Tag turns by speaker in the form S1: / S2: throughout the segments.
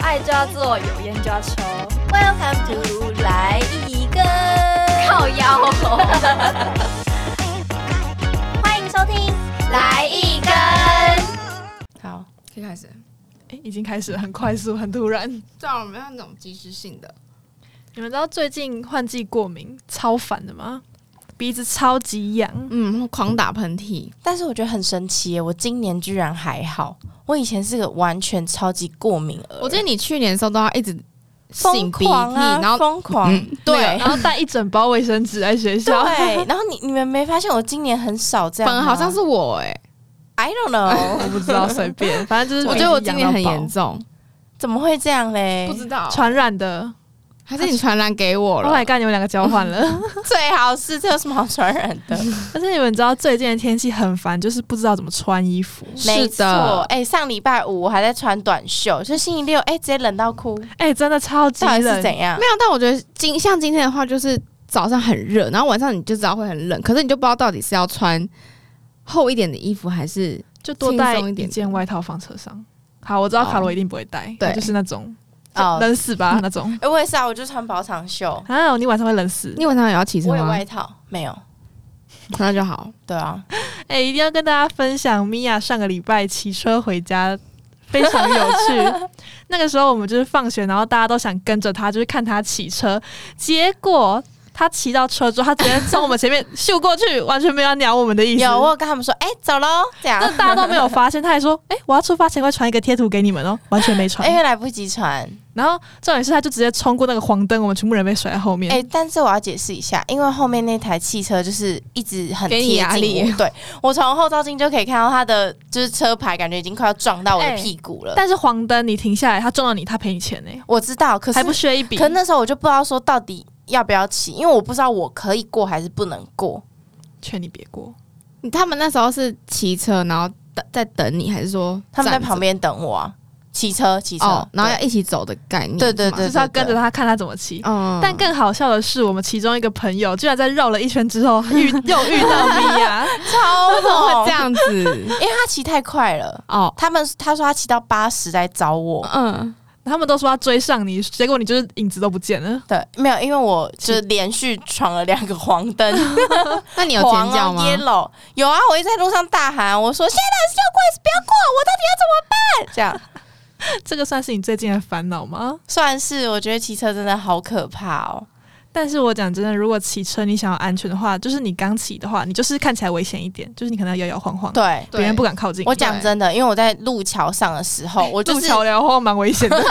S1: 爱就要做，有烟就要抽，
S2: Welcome to 来一根，
S1: 靠腰、
S2: 欢迎收听来一根。
S3: 好，可以开始。
S4: 诶哎已经开始了很快速，很突然。
S3: 对啊，我们要那种即时性的。
S4: 你们知道最近换季过敏超烦的吗？鼻子超级痒，
S3: 嗯，狂打喷嚏。
S2: 但是我觉得很神奇耶，我今年居然还好。我以前是个完全超级过敏儿，
S3: 我记得你去年的时候都要一直
S2: 呃疯
S3: 擤鼻涕，
S2: 狂啊，
S3: 然后
S2: 疯狂，
S3: 对
S2: 那
S4: 然后带一整包卫生纸来学校。
S2: 对。然后你你们没发现我今年很少这样
S3: 反
S2: 吗？
S3: 而好像是我哎、
S2: I don't know，
S4: 我不知道，随便，反正就是
S3: 我觉得我
S4: 鼻
S3: 今
S4: 子
S3: 年
S4: 痒到
S3: 很严
S4: 爆
S3: 重，
S2: 怎么会这样嘞？
S3: 道
S4: 传染的。
S3: 还是你传染给我
S4: Oh
S3: 了
S4: my。god！你们两个交换了，
S2: 最好是这有什么好传染的？
S4: 但是你们知道最近的天气很烦，就是不知道怎么穿衣服。
S2: 没
S3: 是
S2: 错
S3: 的，，
S2: 哎、上礼拜五我还在穿短袖，就星期 六，哎、直接冷到哭，
S4: 哎、真的超级
S2: 到底是
S4: 冷，
S2: 怎样
S3: 没？啊有。但我觉得今像今天的话，就是早上很热，然后晚上你就知道会很冷，可是你就不知道到底是要穿厚一点的衣服还是
S4: 就多带
S3: 轻松一
S4: 一
S3: 点
S4: 件外套放车上。好，我知道卡罗一定不会带，
S3: 对
S4: 他就是那种
S2: 哦
S4: 冷死吧那种。
S2: 哎我也是啊，我就穿薄长袖，
S4: 啊，你晚上会冷死。
S3: 你晚上也要起身
S2: 我有
S3: 吗
S2: 外？套，没有。
S3: 那就好。
S2: 对啊，
S4: 哎、一定要跟大家分享，米娅上个礼拜骑车回家，非常有 趣。那个时候我们就是放学，然后大家都想跟着她，就是看她骑车。结果她骑到车之后，她直接从我们前面咻过去，完全没有要鸟我们的意思。
S2: 有我有跟他们说，哎、走喽，这样
S4: 那，大家都没有发现，她还说：“哎、我要出发前会传一个贴图给你们哦。”完全没传。
S2: 因哎为来不及传。
S4: 然后重点是，她就直接冲过那个黄灯，我们全部人被甩在
S3: 嗯
S4: 后面。
S2: 哎、但是我要解释一下，因为后面那台汽车就是一直很
S3: 给你
S2: 贴
S3: 压
S2: 近
S3: 力
S2: 我，对我从后照镜就可以看到他的就是车牌，感觉已经快要撞到我的
S4: 哎
S2: 屁股了。
S4: 但是黄灯你停下来，她撞到你，她赔你钱呢、
S2: 我知道，可是
S4: 还不削一笔。
S2: 可那时候我就不知道说到底要不要骑，因为我不知道我可以过还是不能过。
S4: 劝你别过。
S3: 他们那时候是骑车，然后等在等你，还是说
S2: 他们在
S3: 站着
S2: 旁边等我啊，骑车骑车，
S3: 哦，然后要
S2: 对
S3: 一起走的概念，
S2: 对对
S3: 是吗
S2: 对
S4: 就是要跟着他看他怎么骑。
S3: 嗯
S4: 但更好笑的是，我们其中一个朋友居然在绕了一圈之后 遇又遇到米娅，
S2: 超
S3: 为什么
S2: 猛
S3: 会这，样子？
S2: 因为他骑太快了。
S3: 哦，
S2: 他们他说他骑到八十来找我，
S3: 嗯，
S4: 他们都说要追上你，结果你就是影子都不见了。
S2: 对，没有，因为我就是连续闯了两个黄灯，
S3: 那你有尖
S2: 黄
S3: 叫
S2: 啊
S3: 吗？
S2: yellow，有啊，我一直在路上大喊，我说现在老师叫过来，不要过，我到底要怎么办？这样
S4: 这个算是你最近的烦恼吗？
S2: 算是我觉得骑车真的好可怕哦。
S4: 但是我讲真的，如果骑车你想要安全的话，就是你刚骑的话，你就是看起来危险一点，就是你可能要摇摇晃晃，
S2: 对，
S4: 别人不敢靠近。
S2: 我讲真的，因为我在路桥上的时 候，我就
S4: 路
S2: 是
S4: 桥摇晃蛮危 险的。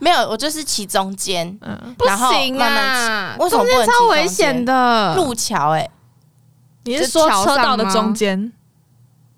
S2: 没有，我就是骑中间
S4: 嗯，
S3: 不
S2: 然后
S3: 行
S2: 慢慢
S3: 啊，
S2: 骑为什么
S3: 中
S2: 不
S3: 间
S2: 能骑
S3: 超
S2: 中
S3: 危险的，
S2: 路桥，哎，
S4: 你是说
S3: 就桥
S4: 车
S3: 上
S4: 道的
S3: 吗
S4: 中间？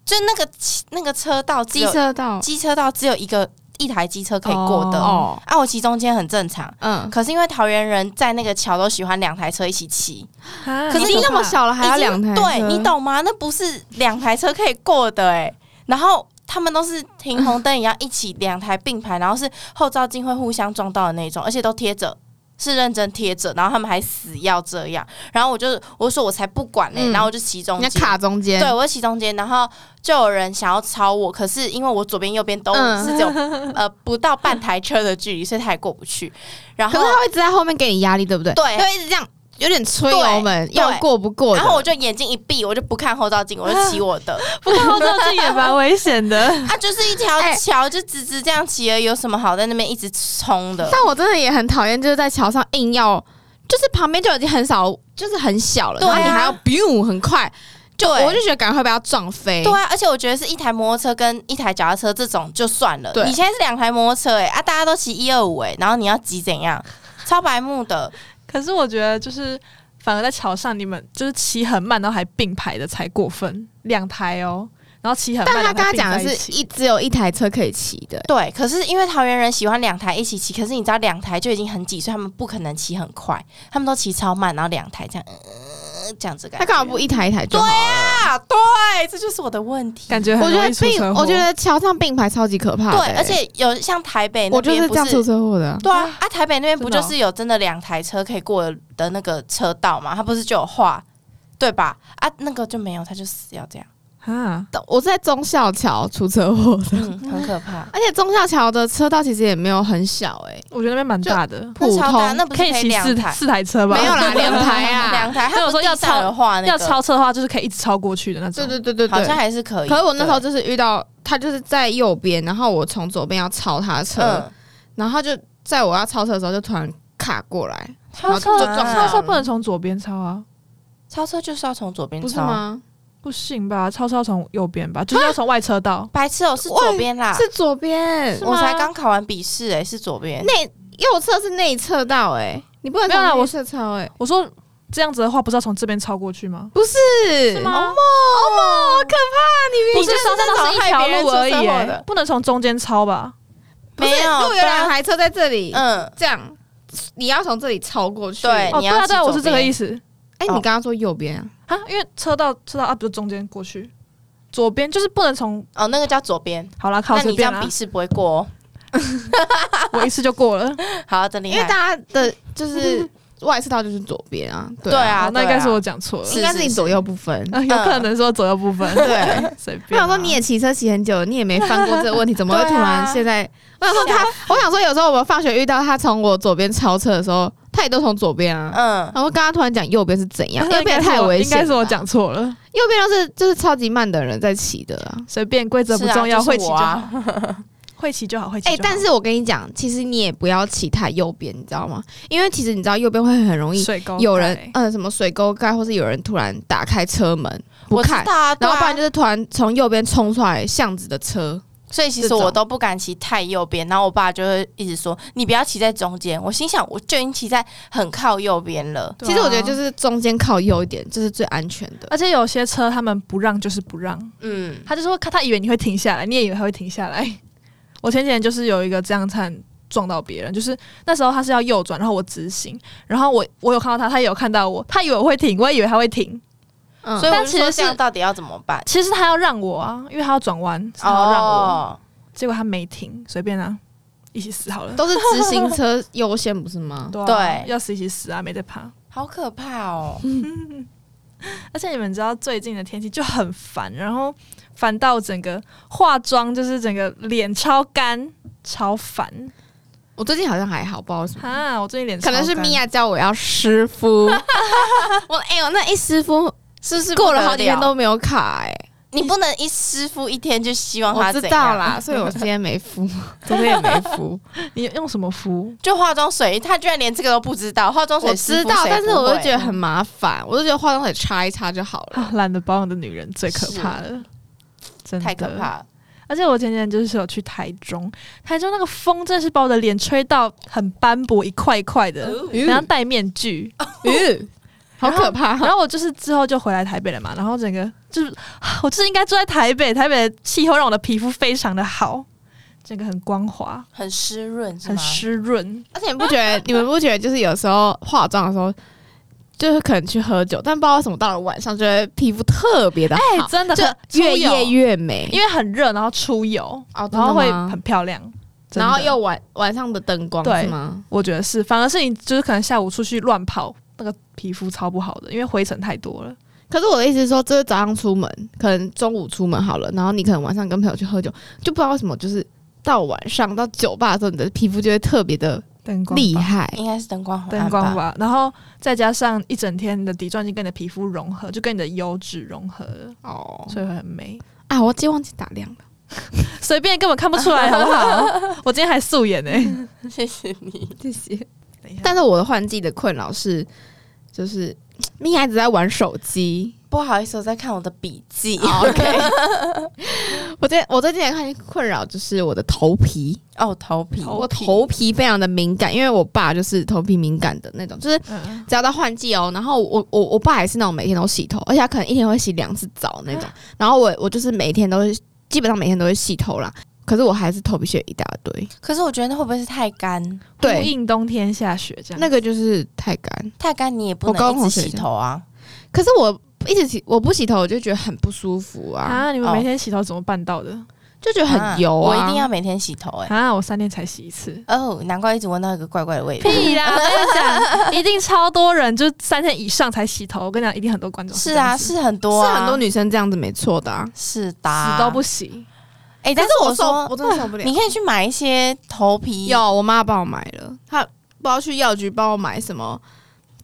S2: 就那个骑那个车道只
S3: 机
S2: 有，
S3: 车道，
S2: 机车道只有一个一台机车可以过的
S3: 哦
S2: 啊，我骑中间很正常。
S3: 嗯，
S2: 可是因为桃园人在那个桥都喜欢两台车一起骑，
S4: 啊
S3: 可是你那么小了哦还要
S2: 已经
S3: 两台车，
S2: 对你懂吗？那不是两台车可以过的哎、然后他们都是停红灯也要一起两台并排，然后是后照镜会互相撞到的那种，而且都贴着。是认真贴着，然后他们还死要这样，然后我就我就说我才不管呢、
S3: 嗯
S2: 然后我就骑中
S3: 你要
S2: 间，
S3: 卡中间，
S2: 对，我就骑中间，然后就有人想要超我，可是因为我左边右边都
S3: 嗯
S2: 是只 有、呃不到半台车的距离，所以他也过不去。然
S3: 可
S2: 后
S3: 是他会一直在后面给你压力，对不对？
S2: 对
S3: 他会一直这样，有点吹
S2: 对
S3: 油门，
S2: 对
S3: 要过不过的，
S2: 然后我就眼睛一闭，我就不看后照镜，我就骑我的。
S4: 不 靠近这也蛮危险的。
S2: 啊，就是一条
S3: 哎
S2: 桥，就直直这样骑而已，有什么好在那边一直冲的？
S3: 但我真的也很讨厌，就是在桥上硬要，就是旁边就已经很少，就是很小了，
S2: 对啊
S3: 然后你还要 biu 很快，就
S2: 对
S3: 我就觉得感觉会被它撞飞。
S2: 对啊，而且我觉得是一台摩托车跟一台脚踏车这种就算了，
S3: 对
S2: 你现在是两台摩托车哎、啊，大家都骑一二五哎，然后你要挤怎样？ 超白目的，
S4: 可是我觉得就是。反而在桥上，你们就是骑很慢，然后还并排的才过分，两台哦，然后骑很慢。
S3: 但他
S4: 然
S3: 刚刚
S4: 后并
S3: 讲
S4: 在
S3: 的
S4: 一
S3: 是
S4: 起
S3: 一只有一台车可以骑的，
S2: 对。可是因为桃园人喜欢两台一起骑，可是你知道两台就已经很挤，所以他们不可能骑很快，他们都骑超慢，然后两台这样，呃、这样子感
S3: 他
S2: 觉。
S3: 干嘛不一台一台就好了？
S2: 啊，对，这就是我的问题。
S4: 感觉很
S3: 我觉
S4: 容
S3: 得
S4: 易出
S3: 并
S4: 车祸
S3: 我觉得桥上并排超级可怕的、
S2: 对，
S3: 欸
S2: 而且有像台北那
S3: 我就是
S2: 边不
S3: 这样出车祸的啊。
S2: 对啊，啊，台北那边不
S4: 真
S2: 就
S4: 的哦
S2: 是有真的两台车可以过的那个车道嘛？它不是就有画，对吧？啊，那个就没有，它就死要这样。
S4: 啊，
S3: 我在忠孝桥出车祸的，
S2: 嗯，很可怕。
S3: 而且忠孝桥的车道其实也没有很小哎、
S4: 我觉得那边蛮大的，
S3: 普
S2: 那超大
S3: 通
S2: 那不是
S4: 以骑
S2: 两
S4: 四
S2: 台，
S4: 四台车吧？
S3: 没有 啦， 两台啊，
S2: 两台。
S4: 所以
S2: 他
S4: 我说要超
S2: 的话，那
S4: 要
S2: 个
S4: 超车的话，就是可以一直超过去的那种。
S3: 对对对对对，
S2: 好像还是可以。
S3: 可是我那时候
S2: 对
S3: 就是遇到他就是在右边，然后我从左边要超他的车，
S2: 嗯，
S3: 然后他就在我要超车的时候就突然卡过来，然
S4: 超
S3: 后
S4: 车
S3: 就
S2: 啊
S3: 撞
S4: 超车
S3: 到
S4: 不能从左边超啊，
S2: 超车就是要从左边
S3: 不是
S2: 超，
S3: 吗？
S4: 不行吧？超车要从右边吧，就是要从外车道。
S2: 白痴哦，是左边啦。
S3: 是左边，
S2: 我才刚考完笔试哎，是左边。
S3: 内右侧是内侧道哎、你不能
S4: 没有啦
S3: 从
S4: 我
S3: 内侧超哎、
S4: 我说这样子的话，不是要从这边超过去吗？
S3: 不是，
S4: 是
S3: 欧
S4: 吗
S3: 盟，欧盟，哦可怕！你
S4: 不
S3: 明
S4: 是
S3: 明
S4: 说那种一条路
S2: 害别
S4: 而已
S2: 人出车祸
S4: 耶
S2: 的，
S4: 不能从中间超吧？
S3: 不是
S2: 没有
S3: 如果有
S2: 对啊
S3: 两台车在这里，
S2: 嗯，
S3: 这样你要从这里超过哎去。
S2: 对
S4: 哦，
S2: 你
S4: 对
S2: 要
S4: 啊，
S2: 骑
S4: 对啊，我
S2: 左
S4: 是这个
S2: 边
S4: 意思
S3: 哎、
S2: 哦
S3: 你刚刚说右边啊？
S4: 啊，因为车道车道啊，不是中间过去，左边就是不能从
S2: 哦，那个叫左边。
S4: 好啦，靠
S2: 那
S4: 这
S2: 你这
S4: 边
S2: 样
S3: 啊
S4: 啦
S2: 笔，试不会过哦。
S4: 我一次就过了。
S2: 好，真厉
S3: 因
S2: 害。
S3: 为大家的 就是外侧道就是左边啊，对
S2: 对
S3: 啊，
S2: 啊
S4: 哦，那应该是我讲错了
S2: 是，
S3: 应该是你嗯左右不分。
S4: 啊有可能是我左右部分，
S3: 对，
S4: 随
S3: 我
S4: 便
S3: 想
S4: 啊。
S3: 说你也骑车骑很久，你也没犯过这个 问题，怎么会突然现在？我想说他，我想说有时候我们放学遇到他从我左边超车的时候，他也都从左边啊。
S2: 嗯，
S3: 然后刚刚突然讲右边是怎样，
S4: 那
S3: 右
S4: 应该
S3: 边
S4: 是
S3: 太
S4: 我
S3: 危
S4: 应
S3: 险了吧，
S4: 该是我讲错了，
S3: 右边都是就是超级慢的人在骑的啊。
S4: 随便规则不
S2: 是啊
S4: 重要，
S2: 就是
S4: 会骑就
S2: 我啊
S4: 好，会骑就好，会骑就
S3: 哎、
S4: 好。
S3: 但是我跟你讲，其实你也不要骑太右边，你知道吗？因为其实你知道右边会很容易
S4: 水沟
S3: 有人
S4: 带
S3: 嗯、呃、什么水沟盖，或是有人突然打开车门不
S2: 我知
S3: 看，
S2: 道啊。对
S3: 然后不
S2: 啊
S3: 然就是突然从右边冲出来巷子的车。
S2: 所以其
S3: 这
S2: 实
S3: 种
S2: 我都不敢骑太右边，然后我爸就会一直说：“你不要骑在中间。”我心想，我就已经骑在很靠右边了。
S4: 对啊
S3: 其实我觉得就是中间靠右一点，这、是最安全的。
S4: 而且有些车他们不让就是不让，
S2: 嗯，
S4: 他就说他他以为你会停下来，你也以为他会停下来。 我前几天就是有一个这样差点撞到别人，就是那时候他是要右转，然后我直行，然后我我有看到他，他也有看到我，他以为我会停，我也以为他会停，
S3: 嗯，
S2: 所以
S4: 但
S2: 我就
S4: 其实
S2: 说这样
S4: 是
S2: 到底要怎么办？
S4: 其实他要让我啊，因为他要转弯，是他要让我，
S2: 哦，
S4: 结果他没停，随便啊，一起死好了。
S3: 都是直行车 优先，不是吗？
S4: 对啊
S2: 对
S4: 要死一起死啊，没得怕。
S2: 好可怕哦！
S4: 而且你们知道最近的天气就很烦，然后烦到整个化妆就是整个脸超干，超烦
S3: 我最近好像还好，不知道为什么。
S4: 哈，我最近脸
S3: 可能是米
S4: 咪，
S3: 娅叫我要湿敷， 我哎呦、那一湿敷
S2: 是不是
S3: 过了好几天
S2: 不得了
S3: 都没有卡哎、
S2: 你不能一师傅一天就希望他
S3: 我
S2: 怎
S3: 知
S2: 样
S3: 道，啦，所以我今天没敷，昨天也没敷。
S4: 你用什么敷？
S2: 就化妆水，他居然连这个都不知道。化妆水
S3: 我
S2: 师
S3: 知
S2: 傅
S3: 道，
S2: 谁
S3: 但是
S2: 不
S3: 我就
S2: 会
S3: 觉得很麻烦，我就觉得化妆水擦一擦就嗯好了。
S4: 啊， 懒得保养的女人最可怕了，真的
S2: 太可怕。了。
S4: 而且我前几天就是有去台中，台中那个风真是把我的脸吹到很斑驳，一块一块的，
S3: 哦
S4: 然后戴面具。
S3: 嗯，好可怕！
S4: 然后我就是之后就回来台北了嘛，然后整个就是啊我就是应该住在台北，台北的气候让我的皮肤非常的好，整个很光滑，
S2: 很湿润，是
S4: 很
S2: 吗？
S4: 湿润。
S3: 而且你不觉得？你们不觉得就是有时候化妆的时候，就是可能去喝酒，但不知道为什么到了晚上，觉得皮肤特别的
S4: 哎、
S3: 好，
S4: 真的很
S3: 就越
S4: 出油
S3: 夜越美。
S4: 因为很热，然后出油，
S3: 哦
S4: 然后会，
S3: 真的吗
S4: 很漂亮。真的
S3: 然后又晚晚上的灯光
S4: 对
S3: 是吗？
S4: 我觉得是，反而是你就是可能下午出去乱跑，那个皮肤超不好的，因为灰尘太多了。
S3: 可是我的意思是说，就是早上出门，可能中午出门好了，然后你可能晚上跟朋友去喝酒，就不知道为什么，就是到晚上到酒吧的时候，你的皮肤就会特别的
S4: 灯光吧
S3: 厉，害。
S2: 应该是灯光很暗
S4: 灯光吧，然后再加上一整天的底妆已经跟你的皮肤融合，就跟你的油脂融合了，
S3: 哦，
S4: 所以会很美。
S3: 啊，我今天忘记打亮了。
S4: 随便根本看不出来，好不好？我今天还素颜呢、
S2: 谢谢你。
S3: 谢谢。
S4: 等一下，
S3: 但是我的换季的困扰是，就是咪娅一直在玩手机。哦
S2: 不好意思，我在看我的笔记。
S3: OK，我 最我最近的看困扰就是我的头皮，
S2: 哦，头皮，
S4: 头
S3: 我头皮非常的敏感，因为我爸就是头皮敏感的那种，就是
S4: 嗯，
S3: 只要到换季哦，然后我我我爸也是那种每天都洗头，而且他可能一天会洗两次澡那种。
S2: 啊
S3: 然后我我就是每天都会，基本上每天都会洗头啦，可是我还是头皮屑一大堆。
S2: 可是我觉得那会不会是太干？
S4: 对，
S3: 对
S4: 呼应冬天下雪这样。
S3: 那个就是太干。
S2: 太干你也不
S3: 我高
S2: 能
S3: 中
S2: 一直
S3: 同学也
S2: 洗
S3: 这样
S2: 头啊。
S3: 可是我一直洗，我不洗头我就觉得很不舒服啊。
S4: 啊，你们
S2: 哦
S4: 每天洗头怎么办到的？
S3: 就觉得很油
S2: 我
S3: 啊。
S2: 一定要每天洗头哎、
S4: 啊，我三天才洗一次。
S2: 哦，难怪一直闻到一个怪怪的味道。
S4: 屁啦！我跟你讲，一定超多人，就三天以上才洗头。我跟你讲，一定很多观众
S2: 是
S4: 这样
S2: 啊，
S4: 子
S2: 是很多、
S3: 是
S2: 啊，
S3: 很多女生这样子没错的啊。
S2: 是的啊，
S4: 死都不洗。
S2: 哎、但是
S3: 我受
S2: 说，
S3: 我真的受不了
S2: 你。可以去买一些头皮，
S3: 有我妈帮我买了，她不知道去药局帮我买什么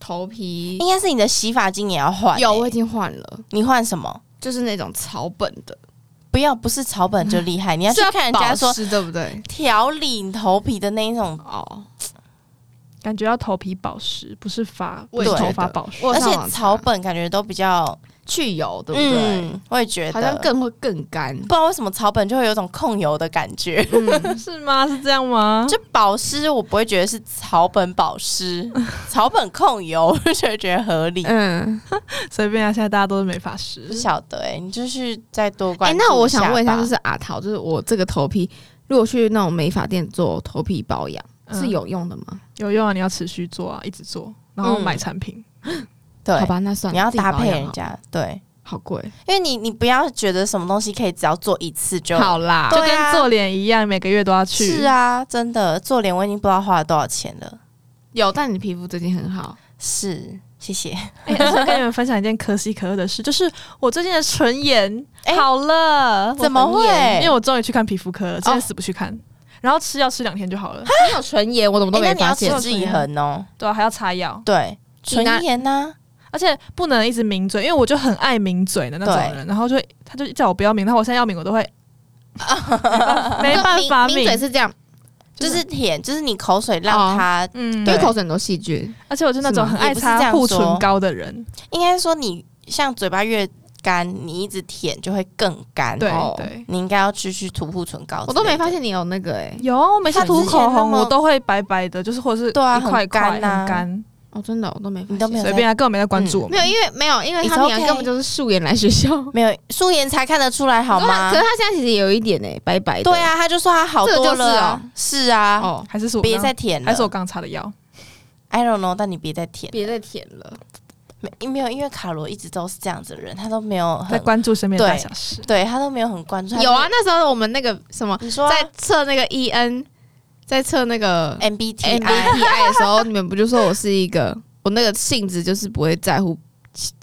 S3: 头皮
S2: 应，该是你的洗发精也要哎换、
S3: 有
S2: 哎
S3: 我已经换了，
S2: 你换什么？
S3: 就是那种草本的，
S2: 不要，不是草本就厉害，你要去
S3: 是
S2: 看人家
S3: 保
S2: 说
S3: 湿对不对？
S2: 调理头皮的那一种，
S3: 哦，
S4: 感觉要头皮保湿，不是发，不
S3: 我
S4: 是
S3: 也
S2: 对
S3: 觉
S4: 头
S3: 得
S4: 发保湿。
S3: 我
S2: 而
S3: 有上
S2: 且
S3: 网查
S2: 草本感觉都比较，
S3: 去油对不对？
S2: 嗯，我也觉得
S3: 好像更会更干。
S2: 不知道为什么草本就会有种控油的感觉，
S3: 嗯，
S4: 是吗？是这样吗？
S2: 就保湿我不会觉得是草本保 湿，草本控油 我就觉得觉得合理。
S3: 嗯，
S4: 随便啊，现在大家都是美发师
S2: 不。晓得哎、你就是再多
S3: 哎、
S2: 关注
S3: 那我想问一下，
S2: 吧
S3: 就是阿桃，就是我这个头皮，如果去那种美发店做头皮保养、
S4: 嗯
S3: 是有用的吗？
S4: 有用啊，你要持续做啊，一直做，然后
S2: 嗯
S4: 买产品。
S2: 对，
S3: 好吧，那算了
S2: 你要
S3: 自己
S2: 搭
S3: 保
S2: 配
S3: 养
S2: 人
S3: 好
S2: 家，对，
S3: 好贵，
S2: 因为你你不要觉得什么东西可以只要做一次就
S3: 好啦
S4: 就
S2: 对啊
S4: 跟做脸一样，每个月都要去。
S2: 是，啊，真的做脸我已经不知道花了多少钱了。
S3: 有，但你皮肤最近很
S2: 啊
S3: 好，
S2: 是，谢谢。
S4: 哎、而且跟你们分享一件可喜可贺的事，就是我最近的唇炎、
S2: 哎
S4: 好了，
S2: 怎么会哦
S4: 我很炎因为我终于去看皮肤科了，之前死不去看，然后吃药吃两天就好了。
S3: 你有唇炎，我怎么都
S2: 哎
S3: 没
S2: 那你
S3: 发
S2: 要
S3: 现
S2: 持。之以恒哦。
S4: 对啊，还要擦药，
S2: 对，啊
S3: 你
S2: 唇
S3: 拿
S2: 炎呢、
S4: 而且不能一直抿嘴，因为我就很爱抿嘴的那种人，然后就他就叫我不要抿，然后我现在要抿我 都会。没办法
S3: 抿抿嘴是这样，
S2: 就是舔，就是你口水
S3: 哦
S2: 让它，
S4: 嗯，
S3: 因为
S4: 对，
S3: 口水很多细菌。
S4: 而且我是那种
S3: 是吗
S4: 很爱擦护唇膏的人，
S2: 应该说你像嘴巴越干，你一直舔就会更干。
S4: 对
S3: 哦
S4: 对。
S2: 你应该要去去涂护唇膏，
S3: 我都没发。现你有那个哎、
S4: 有，我每次
S2: 它之
S4: 涂
S2: 前
S4: 口
S2: 那
S4: 红
S2: 么
S4: 我都会白白的，就是或者是
S2: 对啊
S4: 一块一块
S2: 很干啊
S4: 很干，
S3: 哦，真的我都没发现，
S2: 你都没有
S4: 随便啊，根本没在关注我
S3: 没
S4: 们
S2: 嗯
S3: 有，。因为没有，因为
S2: It's
S3: 他平常
S2: okay
S3: 根本就是素颜来学校，
S2: 没有素颜才看得出来好吗
S3: 啊可是？他现在其实也有一点哎、白白的。
S2: 对，啊，他就说他好多了啊。是啊，
S3: 哦，
S4: 还是是我
S2: 别嗯
S4: 刚
S2: 再舔了。
S4: 还是我刚擦的药，
S2: I don't know，但你别再舔。
S3: 别再舔了。
S2: 没没有，因为卡罗一直都是这样子的人，他都没有
S4: 在
S2: 很
S4: 关注身边的
S2: 对
S4: 大小事。
S2: 嗯对他都没有很关注。他
S3: 有啊，
S2: 就，
S3: 那时候我们那个什么
S2: 你说
S3: 在测那个 EN，在测那个
S2: MBTI
S3: MBTI 的时候，你们不就说我是一个 我那个性质就是不会在乎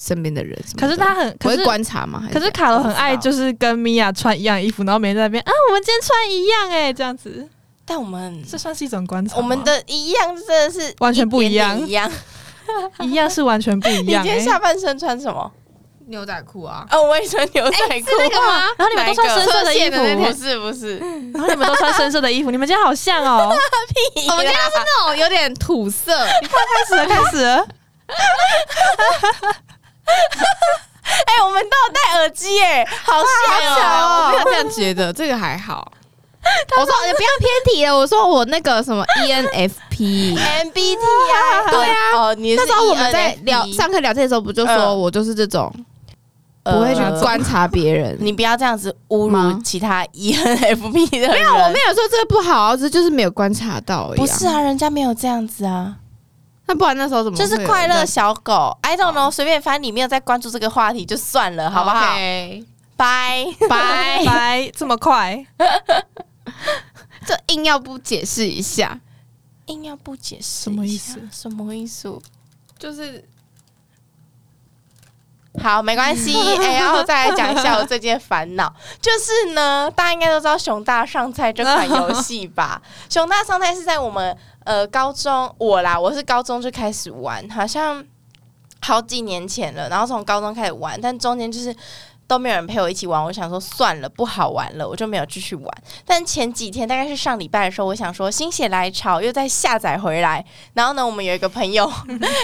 S3: 身边的人什么的，
S4: 可是他很，
S3: 不
S4: 可
S3: 会
S4: 是
S3: 观察吗？还
S4: 可是
S3: 是
S4: 卡罗很爱，
S2: 我不知道
S4: 就是跟米娅穿一样衣服，然后每天在那边啊，我们今天穿一样哎、这样子，
S2: 但我们
S4: 这算是一种观察吗。
S2: 我们的一样真的是
S4: 完全不
S2: 一
S4: 一样
S2: 点点一样。
S4: 一样是完全不一
S2: 你今
S4: 样、
S2: 天
S4: 欸。
S2: 下半身穿什么？
S3: 牛仔裤啊，
S2: 哦，我也穿牛仔裤。
S3: 那个吗？
S4: 然后你们都穿深色的衣
S3: 哪一个
S4: 服，
S2: 不是不是，
S4: 然后你们都穿深色的衣服，你们今天好像哦。
S3: 我们今天是那种有点土色，
S4: 开始了，开始 了，
S2: 哎、我们都有戴耳机哎、好像
S3: 我没
S2: 哦。
S3: 有这样觉得，这个 还好。我说哎你不要偏题了，我说我那 个什么 E ENFP。
S2: MBTI
S3: 对
S2: 啊，哦，你是 E
S3: 那时候我们在
S2: ENFP
S3: 聊上课聊天的时候，不就说
S2: 嗯
S3: 我就是这种不
S2: 呃
S3: 会去观察别人，
S2: 你不要这样子侮辱
S3: 吗
S2: 其他 ENFP 的人。没有，
S3: 我 没有说这个不好啊，这就是没有观察到而已、
S2: 不是，啊，人家没有这样子啊，
S3: 那不然那时候怎
S2: 嗯
S3: 么
S2: 就
S3: 会有
S2: 是快乐小狗。I don't know，随便，反正你没有在关注这个话题就算了，
S3: 人
S2: 好不好？
S3: OK
S2: 拜
S3: 拜，
S4: 拜，这么快，
S3: 这硬要不解释一下，
S2: 硬要不解释
S4: 什么
S2: 一
S4: 意
S2: 下
S4: 思？
S2: 什么意思？
S3: 就是
S2: 好，没关系。哎、然后再来讲一下我最近的烦恼，就是呢，大家应该都知道《熊大上菜》这款游戏吧？《熊大上菜》是在我们呃高中我啦，我是高中就开始玩，好像好几年前了。然后从高中开始玩，但中间就是。都没有人陪我一起玩，我想说算了，不好玩了，我就没有继续玩。但前几天，大概是上礼拜的时候，我想说心血来潮，又再下载回来。然后呢，我们有一个朋 友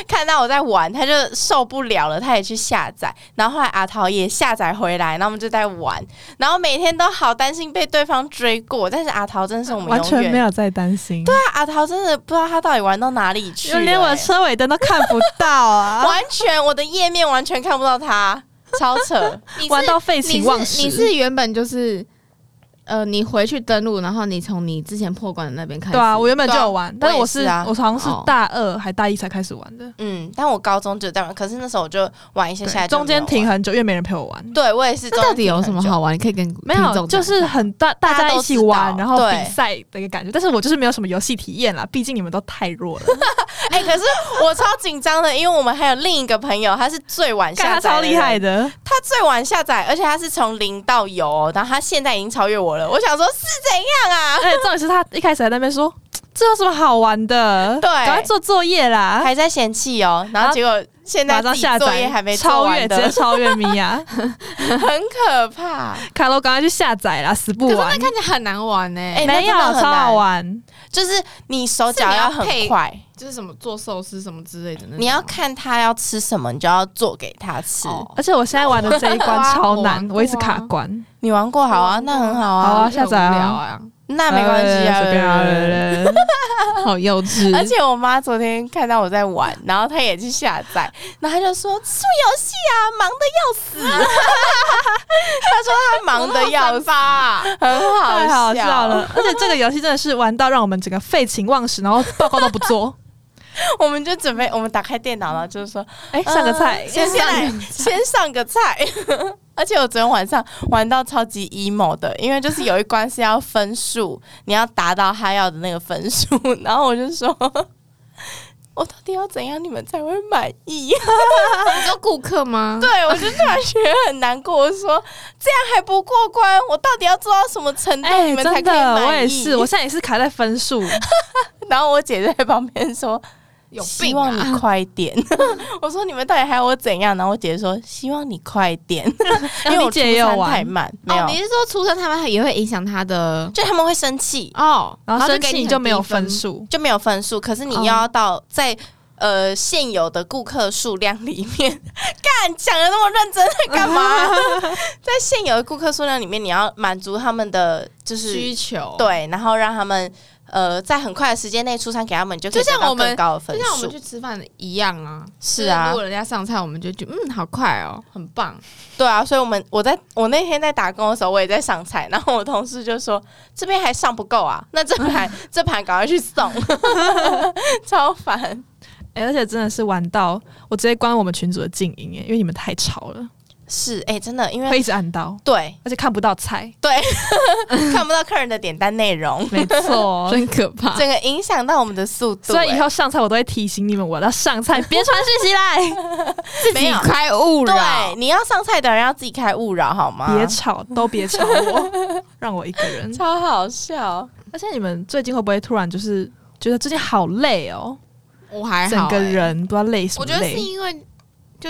S2: 看到我在玩，他就受不了了，他也去下载。然后后来阿桃也下载回来，然后我们就在玩。然后每天都好担心被对方追过，但是阿桃真的是我们
S4: 完
S2: 永
S4: 全
S2: 远
S4: 没有在担心。对啊，
S2: 阿桃真的不知道他到底玩到哪里去了、
S4: 就连我的
S2: 欸
S4: 车尾灯都看不 到啊，
S2: 完全我的页面完全 看不到他，超扯。
S4: 玩到废
S3: 你
S4: 寝忘
S3: 是
S4: 食。
S3: 你是原本就是呃，你回去登录，然后你从你之前破关的那边开始。
S4: 对啊，我原本就
S2: 对啊
S4: 有玩，但是我
S2: 我也是啊
S4: 我好像是
S3: 哦
S4: 大二还大一才开始玩的，
S2: 嗯，但我高中就在玩，可是那时候我就玩一些，
S4: 对
S2: 下来就
S4: 中间
S2: 没有
S4: 停
S2: 玩。
S4: 很久，因为没人陪我玩。
S2: 对我也是中间
S3: 那到
S2: 停很久。
S3: 底有什么好玩？你可以跟
S4: 没
S3: 听
S4: 有，
S3: 众
S4: 就是
S3: 讲
S4: 很大，
S2: 大
S4: 大
S2: 家
S4: 家一
S2: 都
S4: 起
S2: 知道
S4: 玩，然后
S2: 对
S4: 比赛的一个感觉。但是我就是没有什么游戏体验啦，毕竟你们都太弱 了。
S2: 哎、可是我超紧张的，因为我们还有另一个朋友，他是最晚
S4: 干
S2: 下
S4: 他
S2: 载，
S4: 超厉害，的，
S2: 他最晚下载，而且他是从零到有哦、然后他现在已经超越我了。我想说，是怎样啊
S4: 而？且重点是他一开始还在那边说：“这有什么好玩的？
S2: 对
S4: 赶快做作业啦
S2: 还在嫌弃哦、然后结果！”现在
S4: 啊马
S2: 自
S4: 上
S2: 己
S4: 下
S2: 作业
S4: 载，
S2: 还没做
S4: 超越，
S2: 完
S4: 直接
S2: 的，
S4: 超越米娅。
S2: 很可怕。
S4: 卡罗，赶快去下载啦，死不
S3: 可是
S4: 玩
S3: 那。看起来很难玩欸呢、
S2: 哎那真
S4: 没
S2: 的
S4: 有，
S2: 很
S4: 超好
S2: 难
S4: 玩。
S2: 就是你手脚要很
S3: 是你要配
S2: 快，
S3: 就是什么做寿司什么之类的那种吗，
S2: 你要看他要吃什么，你就要做给他吃。
S3: 哦
S4: 而且我现在玩的这一 关超
S3: 我
S4: 难，
S3: 玩过啊
S4: 我一直卡关。
S2: 你玩过好啊，那很好啊，
S4: 好啊
S3: 我觉得
S4: 下载啊
S3: 无聊啊，
S2: 那没关系啊，
S4: 呃随便啊。呃
S3: 好幼 稚
S2: 而且我妈昨天看到我在玩，然后她也去下载，然后她就说什么游戏啊，忙的要死。 她说她忙的要死， 很好
S4: 呃太好笑
S2: 笑
S4: 了。！而且这个游戏真的是玩到让我们整个废寝忘食，然后报告都不 做。
S2: 我们就准备，我们打开电脑了，就是说
S4: 哎，上个菜
S2: 呃，先下来，先上个菜。而且我昨天晚上玩到超级 emo 的，因为就是有一关是要分数，你要达到他要的那个分数， 然后我就说，我到底要怎样你们才会满意？
S3: 你说顾客吗？
S2: 对我就突然觉得很难过，我说这样还不过关，我到底要做到什么程度、
S4: 哎
S2: 你，们才
S4: 真
S2: 可以
S4: 的，
S2: 满意？
S4: 我也是，我现在也是卡在分数。
S2: 然后我姐就在旁边说。
S3: 有
S2: 希
S3: 病
S2: 望
S3: 啊！
S2: 你快点。 我说你们到底还要我怎样？然后我姐说希望你快 点， 因为
S4: 你
S2: 我
S4: 姐也
S2: 出
S4: 有
S2: 餐
S4: 玩
S2: 太慢，没有，
S3: 哦，你是说出生他们也会影响他的
S2: 就他们会生气，
S3: 哦，
S4: 然后
S3: 就
S4: 生
S3: 给
S4: 气
S3: 你
S4: 就没有
S3: 很
S4: 分
S3: 低分。
S4: 数。
S2: 就没有分数。可是你
S3: 哦
S4: 嗯
S2: 又要到在呃现有的顾客数量里面， 干讲的那么认真在干 嘛？在现有的顾客数量里面，你要满足他们的就是
S3: 需求，，
S2: 对，然后让他们呃在很快的时间内出餐给他们，就可以
S3: 就像
S2: 得到
S3: 我们
S2: 更高的分
S3: 就像我们
S2: 数
S3: 去。吃饭一样啊。
S2: 是
S3: 就
S2: 啊
S3: 如果人家上菜，我们就觉得嗯，好快哦，很棒。
S2: 对啊，所以我们我在我那天在打工的时候，我也在上菜， 然后我同事就说这边还上不够啊， 那这盘这盘赶快去送， 超烦。
S4: 哎，而且真的是玩到我直接关我们群组的静音，哎，因为你们太吵了，
S2: 是哎、真的，因为
S4: 会一直按到，
S2: 对
S4: 而且看不到菜。，
S2: 看不到客人的点单内容
S4: 没错，
S3: 真可怕！
S2: 整个影响到我们的速度、
S4: 所以以
S2: 哎
S4: 后上菜我都会提醒你们，我要上菜，别传讯息来，
S3: 自
S2: 没
S3: 己
S2: 有
S3: 开悟了
S2: 对，，你要上菜的人要自己开勿扰好吗？
S4: 别吵，都别吵我，让我一个人。
S2: 超好笑，
S4: 而且你们最近会不会突然就是觉得最近好累哦，
S3: 我还好
S4: 整个
S3: 欸，
S4: 人不知道累什
S3: 我
S4: 么
S3: 觉得是
S4: 累？
S3: 因为就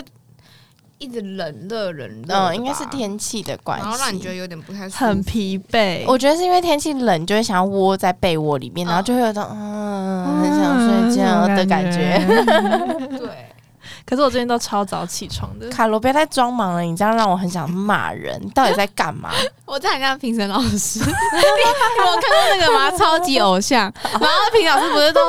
S3: 一直冷热冷热的吧，
S2: 嗯，应该是天气的关系，
S3: 然后让你觉得有点不太舒服
S4: 很疲惫，
S2: 我觉得是因为天气冷，就会想要窝在被窝里面，然后就会有一种嗯很想睡觉的感觉。
S4: 觉。
S3: 对。
S4: 可是我最近都超早起床的，
S2: 卡罗，不要再装忙了，你这样让我很想骂人。你到底在干嘛？
S3: 我在很像评审老师， 你我看过那个吗？超级偶 像，然后评审老师不是都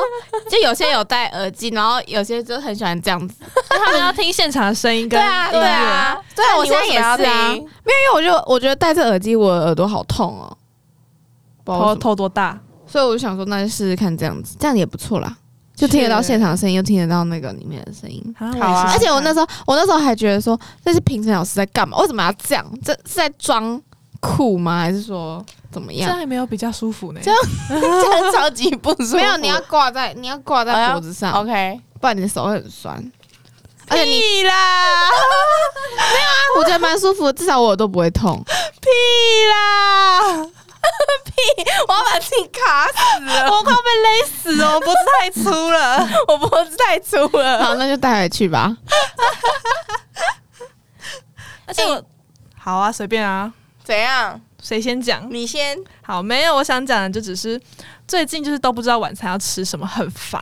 S3: 就有些有戴耳机，然后有些就很喜欢这样子。
S4: 他们要听现场的声音跟音乐，
S3: 对啊，
S2: 对啊，
S3: 那
S2: 我
S3: 你
S2: 现在
S3: 为
S2: 也
S3: 什么要
S2: 是啊。
S3: 听因为我就我觉得戴着耳机，我耳朵好痛哦，不知道为
S4: 头
S3: 什么
S4: 头多大？
S3: 所以我就想说，那就试试看这样子，这样也不错啦，就听得到现场的声音，又听得到那个里面的声音。
S4: 啊
S2: 好啊
S3: 而且我那时候，我那时候还觉得说，这是评审老师在干嘛？为什么要这样？这是在装酷吗？还是说怎么
S4: 这
S3: 样
S4: 样？还没有比较舒服呢。
S2: 这样这样超级不舒服。
S3: 没有，你要挂在你要挂
S2: 哎
S3: 在
S2: 呀
S3: 脖子上，
S2: OK，
S3: 不然你的手会很酸。而
S4: 哎
S3: 且你
S2: 屁 啊啦
S3: 我觉得蛮舒服的，至少我耳朵不会痛。
S2: 屁啦 屁！我要把自己卡死 了，我快被勒死哦！我脖子太粗了，我脖子太粗了。
S3: 好，那就带回去吧。
S4: 而且我好啊，随便啊，
S2: 怎样？
S4: 谁先讲？
S2: 你先
S4: 好，没有，我想讲的就只是最近就是都不知道晚餐要吃什么，很烦。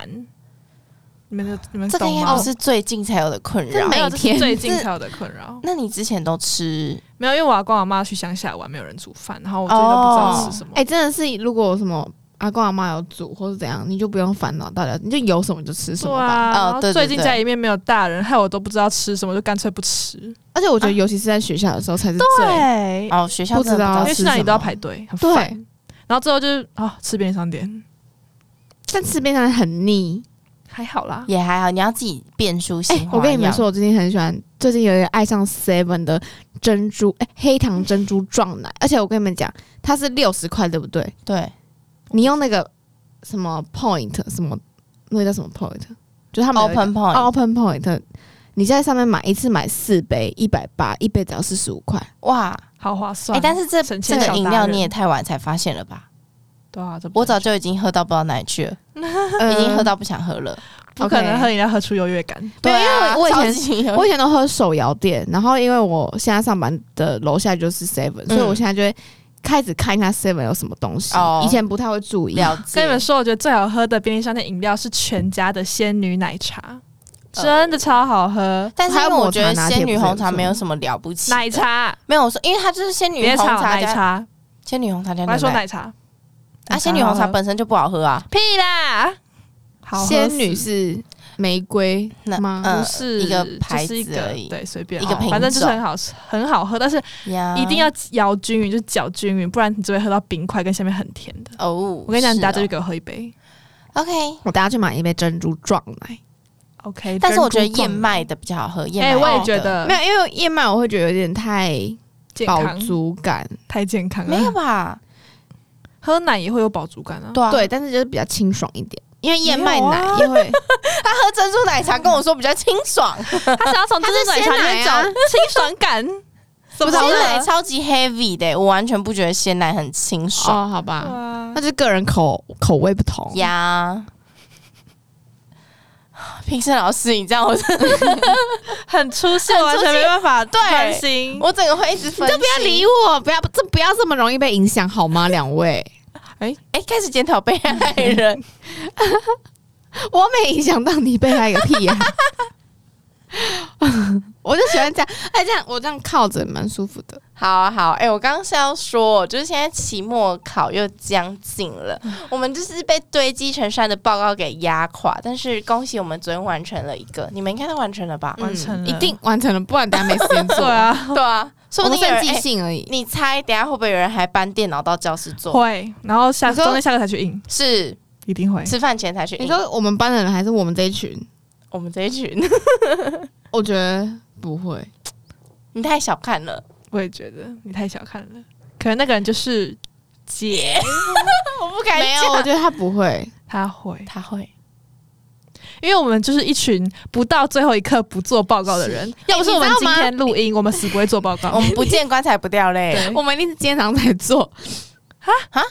S4: 你们的
S3: 嗯
S4: 你们
S2: 这个
S4: 懂
S2: 应该
S4: 吗？
S2: 不是最近才有的困
S3: 这
S2: 扰
S3: 每。
S4: 没有，这
S3: 天
S4: 是最近
S2: 这
S4: 才有的困扰。
S2: 那你之前都吃
S4: 没有，因为我阿公阿妈去乡下玩，没有人煮饭，然后我最近都不知道吃什么。
S3: 哎、真的是，如果有什么阿公阿妈有煮或是怎样，你就不用烦恼到底要，你就有什么就吃什
S4: 对
S3: 么吧。
S4: 啊，然
S2: 哦
S4: 后
S2: 对对
S4: 最近
S2: 对
S4: 家里面没有大人，害我都不知道吃什么，就干脆不吃。
S3: 而且我觉得，尤其是在学校的时候才是最
S4: 对，
S2: 哦，学校真的不知
S3: 不知
S2: 道
S4: 因
S3: 道
S4: 为
S2: 吃
S4: 去
S2: 什
S4: 哪里
S2: 么
S4: 都要排队，很
S3: 对
S4: 烦。然后最后就是啊，吃便利商店
S3: 但吃便当很腻。
S4: 还好啦，
S2: 也还好，你要自己变出
S3: 哎、
S2: 新花样。
S3: 我跟你们说，我最近很喜欢，最近有点爱上 Seven 的珍珠，哎、黑糖珍珠撞奶。而且我跟你们讲，它是六十块，对不对？
S2: 对，
S3: 你用那个什么 point 什么，那个叫什么 point，就是他们有一个哦
S2: open point，、
S3: open point，你在上面买一次买四杯，一百八，一杯只要四十五 块。
S2: 哇，
S4: 好划
S2: 哎、
S4: 算。
S2: 但是这
S4: 省
S2: 这
S4: 钱
S2: 个
S4: 小
S2: 饮
S4: 达
S2: 料
S4: 人
S2: 你也太晚才发现了吧？
S4: 对啊，这不
S2: 我早就已经喝到不知道哪里去了，
S4: 嗯
S3: 呃
S2: 已经喝到不想喝了。
S4: 不可能
S3: OK
S4: 喝饮料喝出优越感。
S3: 对
S2: 对啊
S3: 因为我以
S2: 超
S3: 前
S2: 级有
S3: 我以前都喝手摇店，然后因为我现在上班的楼下就是 Seven，所以我现在就会开始看一下 Seven 有什么东西。
S2: 嗯哦
S3: 以前不太会注意，
S2: 了
S4: 跟你们
S2: 解，
S4: 说，我觉得最好喝的便利商店饮料是全家的仙女奶茶，
S2: 呃
S4: 真的超好喝。
S2: 但是
S3: 还
S2: 因
S3: 有
S2: 为我
S3: 抹
S2: 觉
S3: 茶
S2: 得
S3: 拿
S2: 仙
S3: 铁
S2: 女
S3: 不是
S2: 红
S3: 也不
S2: 茶
S3: 错
S2: 没有什么了不起的，
S4: 奶茶，
S2: 没有我说，因为它就是仙女
S4: 别
S2: 红
S4: 吵
S2: 茶
S4: 奶
S2: 加
S4: 茶，
S2: 仙女红茶加
S4: 我
S2: 牛
S4: 还说
S2: 奶
S4: 奶茶，
S2: 啊，仙女红茶本身就不好喝啊，
S4: 屁啦，好喝
S3: 仙女
S4: 死
S3: 是玫瑰
S2: 那
S3: 吗？
S2: 嗯
S4: 不是
S2: 一个
S4: 就是
S2: 牌子
S4: 一个
S2: 而已
S4: 对，随便
S2: 一个
S4: 哦
S2: 品
S4: 反正就是
S2: 种嗯
S4: 很好吃，很好喝，但是
S2: 呀
S4: 一定要摇均匀，就是搅均匀，不然你只会喝到冰块跟下面很甜的。
S2: 哦。
S4: 我跟你讲，你
S2: 是
S4: 大家
S2: 哦
S4: 就给我喝一杯
S2: OK，
S3: 我等下去买一杯珍珠撞奶。
S4: ，OK。
S2: 但是我觉得燕，麦的比较好喝，燕
S4: 哎，
S2: 麦哦
S4: 我也
S2: 的
S4: 觉得
S3: 没有，因为燕麦我会觉得有点太
S4: 健
S3: 饱
S4: 康，
S3: 足感，
S4: 太健康
S2: 没有
S4: 了。
S2: 吧？
S4: 喝奶也会有饱足感啊，
S2: 对啊，
S3: 对，但是就是比较清爽一点。因为燕麦
S4: 没有啊
S3: 奶也 会，
S2: 他喝珍珠奶茶跟我说比较清 爽，
S4: 他想要从珍珠奶茶里面找
S3: 它是鲜奶啊
S4: 清爽 感，
S2: 不
S4: 不
S2: 是
S4: 是
S2: 鲜奶超级 heavy 的，我完全不觉得鲜奶很清爽
S3: 哦，好吧，
S4: 哇
S2: 啊
S3: 那就是个人口口味不同。
S2: 呀。评审老师，你这样我
S4: 很出戏，
S2: 很
S4: 完
S2: 出
S4: 全
S2: 戏
S4: 没办法
S2: 对
S4: 专心。
S2: 我整个会一直分
S3: 嗯
S2: 析。
S3: 你就不要理我，不要这不要这么容易被影响好吗？两位，
S2: 哎，开始检讨被害人。
S3: 我没影响到你被害个屁呀、 我就喜欢这样，哎，这样我这样靠着蛮舒服的。
S2: 好啊好，哎、我刚刚是要说，就是现在期末考又将近了，
S3: 嗯
S2: 我们就是被堆积成山的报告给压垮。但是恭喜我们昨天完成了一个，你们应该都完成了 吧？
S4: 完成了
S3: 嗯一定完成了，不然等下没时 间做。
S4: 对，啊，
S2: 对啊，说
S3: 我
S2: 不
S3: 们
S2: 定有人
S3: 剩即
S2: 哎
S3: 兴而已。
S2: 你猜，等一下会不会有人还搬电脑到教室做？
S4: 会，然后下
S3: 你说
S4: 中间下课才去印，
S2: 是
S4: 一定会。
S2: 吃饭前才去印。哎
S3: 你说我们班的人还是我们这一群？
S2: 我们这一群，
S3: 我觉得不会，
S2: 你太小看了。
S4: 我也觉得你太小看了，可能那个人就是 姐，
S2: 我不敢
S3: 没有，我觉得他不会。
S4: 他会，
S2: 他会。
S4: 因为我们就是一群不到最后一刻不做报告的人。要不是我们
S3: 哎你知
S4: 今
S3: 道吗
S4: 天录音，我们死不会做报告。
S2: 我们不见棺材不掉泪。
S4: 对
S3: 我们一定是今天早上才做。
S2: 哈哈，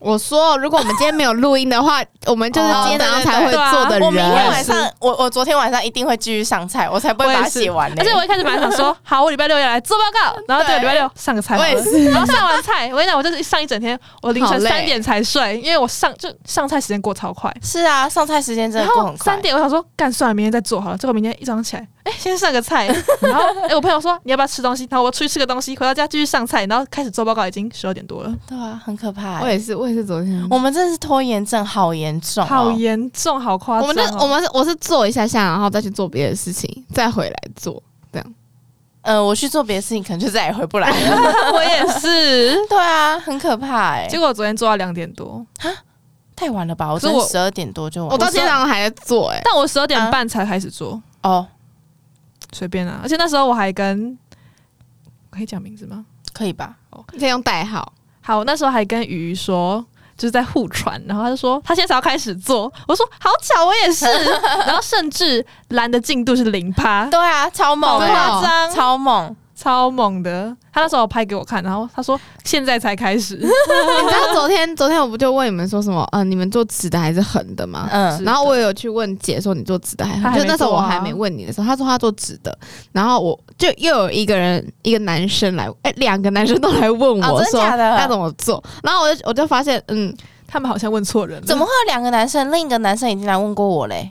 S3: 我说，如果我们今天没有录音的 话，我们就是今天早上才会做的人。
S2: 我明天晚
S3: 啊我也是
S2: 上，我我昨天晚上一定会继续上菜，我才不会把它写完呢、
S4: 而且我一开始本来 想说，好，我礼拜六要来做报告，然后就
S2: 对
S4: 礼拜六上个菜好
S3: 我也
S4: 了，
S3: 是
S4: 然后上完菜，我跟你讲，我就是上一整天，我凌
S3: 好
S4: 晨
S3: 累
S4: 三点才睡，因为我上就上菜时间过超快。
S2: 是啊，上菜时间真
S4: 然
S2: 的过
S4: 后
S2: 很快
S4: 三。点，我想说，干算了，明天再做好了。结果明天一早上起来，哎、先上个菜， 然后哎、我朋友说你要不要吃东西？然后我出去吃个东西，回到家继续上菜，然后开始做报告，已经十二点多了，
S2: 对啊，很可怕、
S3: 我也是，我也是昨天。
S2: 我们真的是拖延症好严重、哦
S4: 好。严重，好夸
S3: 我
S4: 张哦、
S3: 们那我们是我是做一下下，然后再去做别的事情，再回来做。
S2: 呃，我去做别的事情，可能就再也回不来 了。
S4: 我也是。
S2: 对啊，很可怕哎、
S4: 结果我昨天做到两点多，
S2: 太晚了吧？我
S4: 可是
S2: 真
S4: 我
S2: 十二点多就
S3: 我
S2: 完。
S3: 到今天早上还在做、 欸，哎，
S4: 但我十二点半才开始做，
S2: 哦，
S4: 随便啊。而且那时候我还跟，我可以讲名字吗？
S2: 可以吧？
S3: 可以用代号。
S4: 好，我那时候还跟鱼鱼说。就是在互传，然后他就说他现在才要开始做，我说好巧，我也是， 然后甚至蓝的进度是零趴，
S2: 对啊，超猛、
S4: 好
S2: 欸，
S4: 夸张，
S2: 超猛！
S4: 超猛的。他那时候拍给我看，然后他说现在才开始，
S3: 你知道昨天昨天我不就问你们说什么？嗯、你们做直的还是横的吗？
S2: 嗯，
S3: 然后我也有去问姐说你做直的还
S4: 她
S3: 横，
S4: 还
S3: 就
S4: 没
S3: 那时候
S4: 做
S3: 我
S4: 啊
S3: 还没问你的时候，她说她做直的，然后我就又有一个人一个男生来，哎、两个男生都来问
S2: 哦真
S3: 我
S2: 的
S3: 说
S2: 假的
S3: 要怎么做，然后我就我就发现，嗯，
S4: 他们好像问错人了，
S2: 怎么会有两个男生？另一个男生已经来问过我嘞、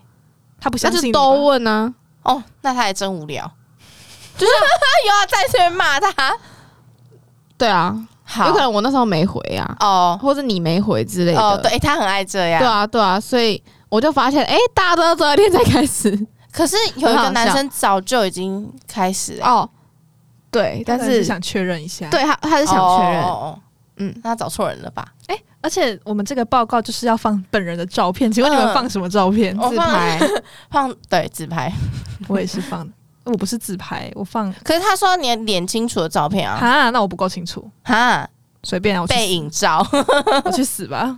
S4: 他不
S3: 那
S4: 相信
S3: 就
S4: 你吧？
S3: 都问啊，
S2: 哦，那他还真 无聊，就是又要在这边骂他
S3: 对啊，
S2: 好，
S3: 有可能我那时候没回啊，
S2: 哦
S3: 或者你没回之类的。
S2: 哦，对，他很爱这样。
S3: 对啊，对啊，所以我就发现，哎、大家都昨天才开始
S2: 可是有一
S3: 很好
S2: 个
S3: 笑
S2: 男生早就已经开始了，
S3: 哦，对，但
S4: 可能
S3: 是
S4: 想确认一下。，
S3: 对他他
S2: 是
S3: 是想确认，
S2: 嗯
S3: 嗯，
S2: 那他找错人了吧？
S4: 哎、而且我们这个报告就是要放本人的照片，请问你们
S2: 嗯
S4: 放什么照片？
S2: 哦
S3: 自拍，
S2: 放 对自拍，
S4: 我也是放，我不是自拍，我放
S2: 可是他说你的脸清楚的照片啊，
S4: 啊，那我不够清楚，
S2: 哈，
S4: 随便啊，我去
S2: 背影照
S4: 死， 我去死吧，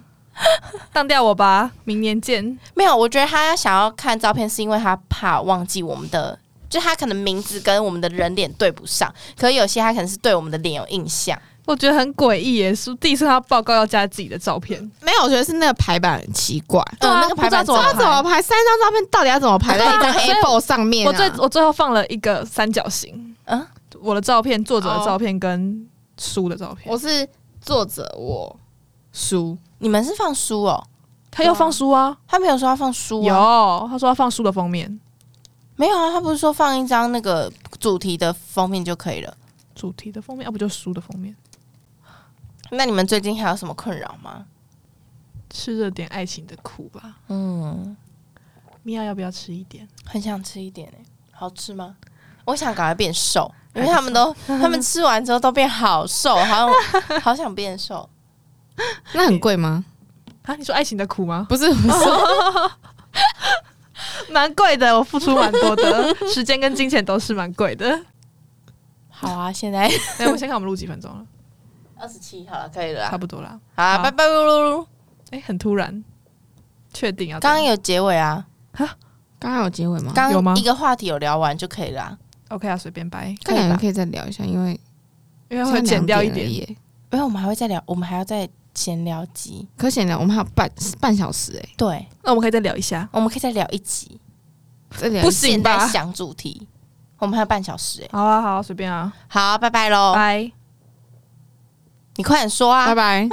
S4: 当掉我吧，明年见。
S2: 没有。我觉得他想要看照片是因为他怕忘记我们的，就他可能名字跟我们的人脸对不上，可有些他可能是对我们的脸有印象。
S4: 我觉得很诡异耶，是第一次看到报告要加自己的照片，
S3: 没有，我觉得是那个排版很奇怪。
S4: 对
S2: 嗯，
S4: 啊
S2: 那个排版
S4: 不知道
S3: 他
S4: 怎
S3: 怎么排三张照片？到底要怎么排在一张
S4: 所以
S3: A4 上面、啊？
S4: 我最我最后放了一个三角形，
S2: 嗯
S4: 我的照片、作者的
S3: 哦
S4: 照片跟书的照片，
S3: 我是作者，我书
S2: 你们是放书哦？
S4: 他要放书啊，
S2: 他没有说要放书、啊，
S4: 有他说要放书的封面
S2: 没有啊？他不是说放一张那个主题的封面就可以了？
S4: 主题的封面，要、哦不就书的封面，
S2: 那你们最近还有什么困扰吗？
S4: 吃了点爱情的苦吧。
S2: 嗯，
S4: 米娅要不要吃一点？
S2: 很想吃一点诶、欸好吃吗？我想赶快变瘦，因为他们都他们吃完之后都变好瘦，好 像好想变瘦。
S3: 那很贵吗？
S4: 啊，你说爱情的苦吗？
S3: 不是，不是，
S4: 蛮贵的，我付出蛮多的， 时间跟金钱都是蛮贵的。
S2: 好啊，现在
S4: 哎，我先看我们录几分钟 了，
S2: 二十七好了，可以了
S4: 差
S2: 啦。
S4: 不多啦。
S2: 好啊，
S4: 好
S2: 拜拜噜噜噜。
S4: 哎，很突然，确定要这
S2: 刚
S4: 样
S2: 刚有结尾啊，
S3: 刚刚有结尾吗？
S2: 刚
S4: 有吗
S2: 刚一个话题有聊完就可以了啊。
S4: OK 啊，随便掰，
S2: 可
S3: 刚感
S2: 以
S3: 觉
S2: 吧
S3: 可以再聊一下，因为
S4: 因为会减掉一
S3: 现在两点而已
S4: 点。
S3: 耶。
S2: 因为我们还会再聊，我们还要再闲聊集。
S3: 可显然我们还有半半小时哎、
S2: 对，
S4: 那我们可以再聊一下，
S2: 我们可以再聊一集，
S3: 再聊一
S4: 不
S3: 下
S4: 行
S2: 现在
S4: 吧？
S2: 想主题。我们还有半小时诶、欸
S4: 好啊，好啊，随便啊，
S2: 好啊，拜拜喽！
S4: 拜。
S2: 你快点说啊，
S3: 拜拜。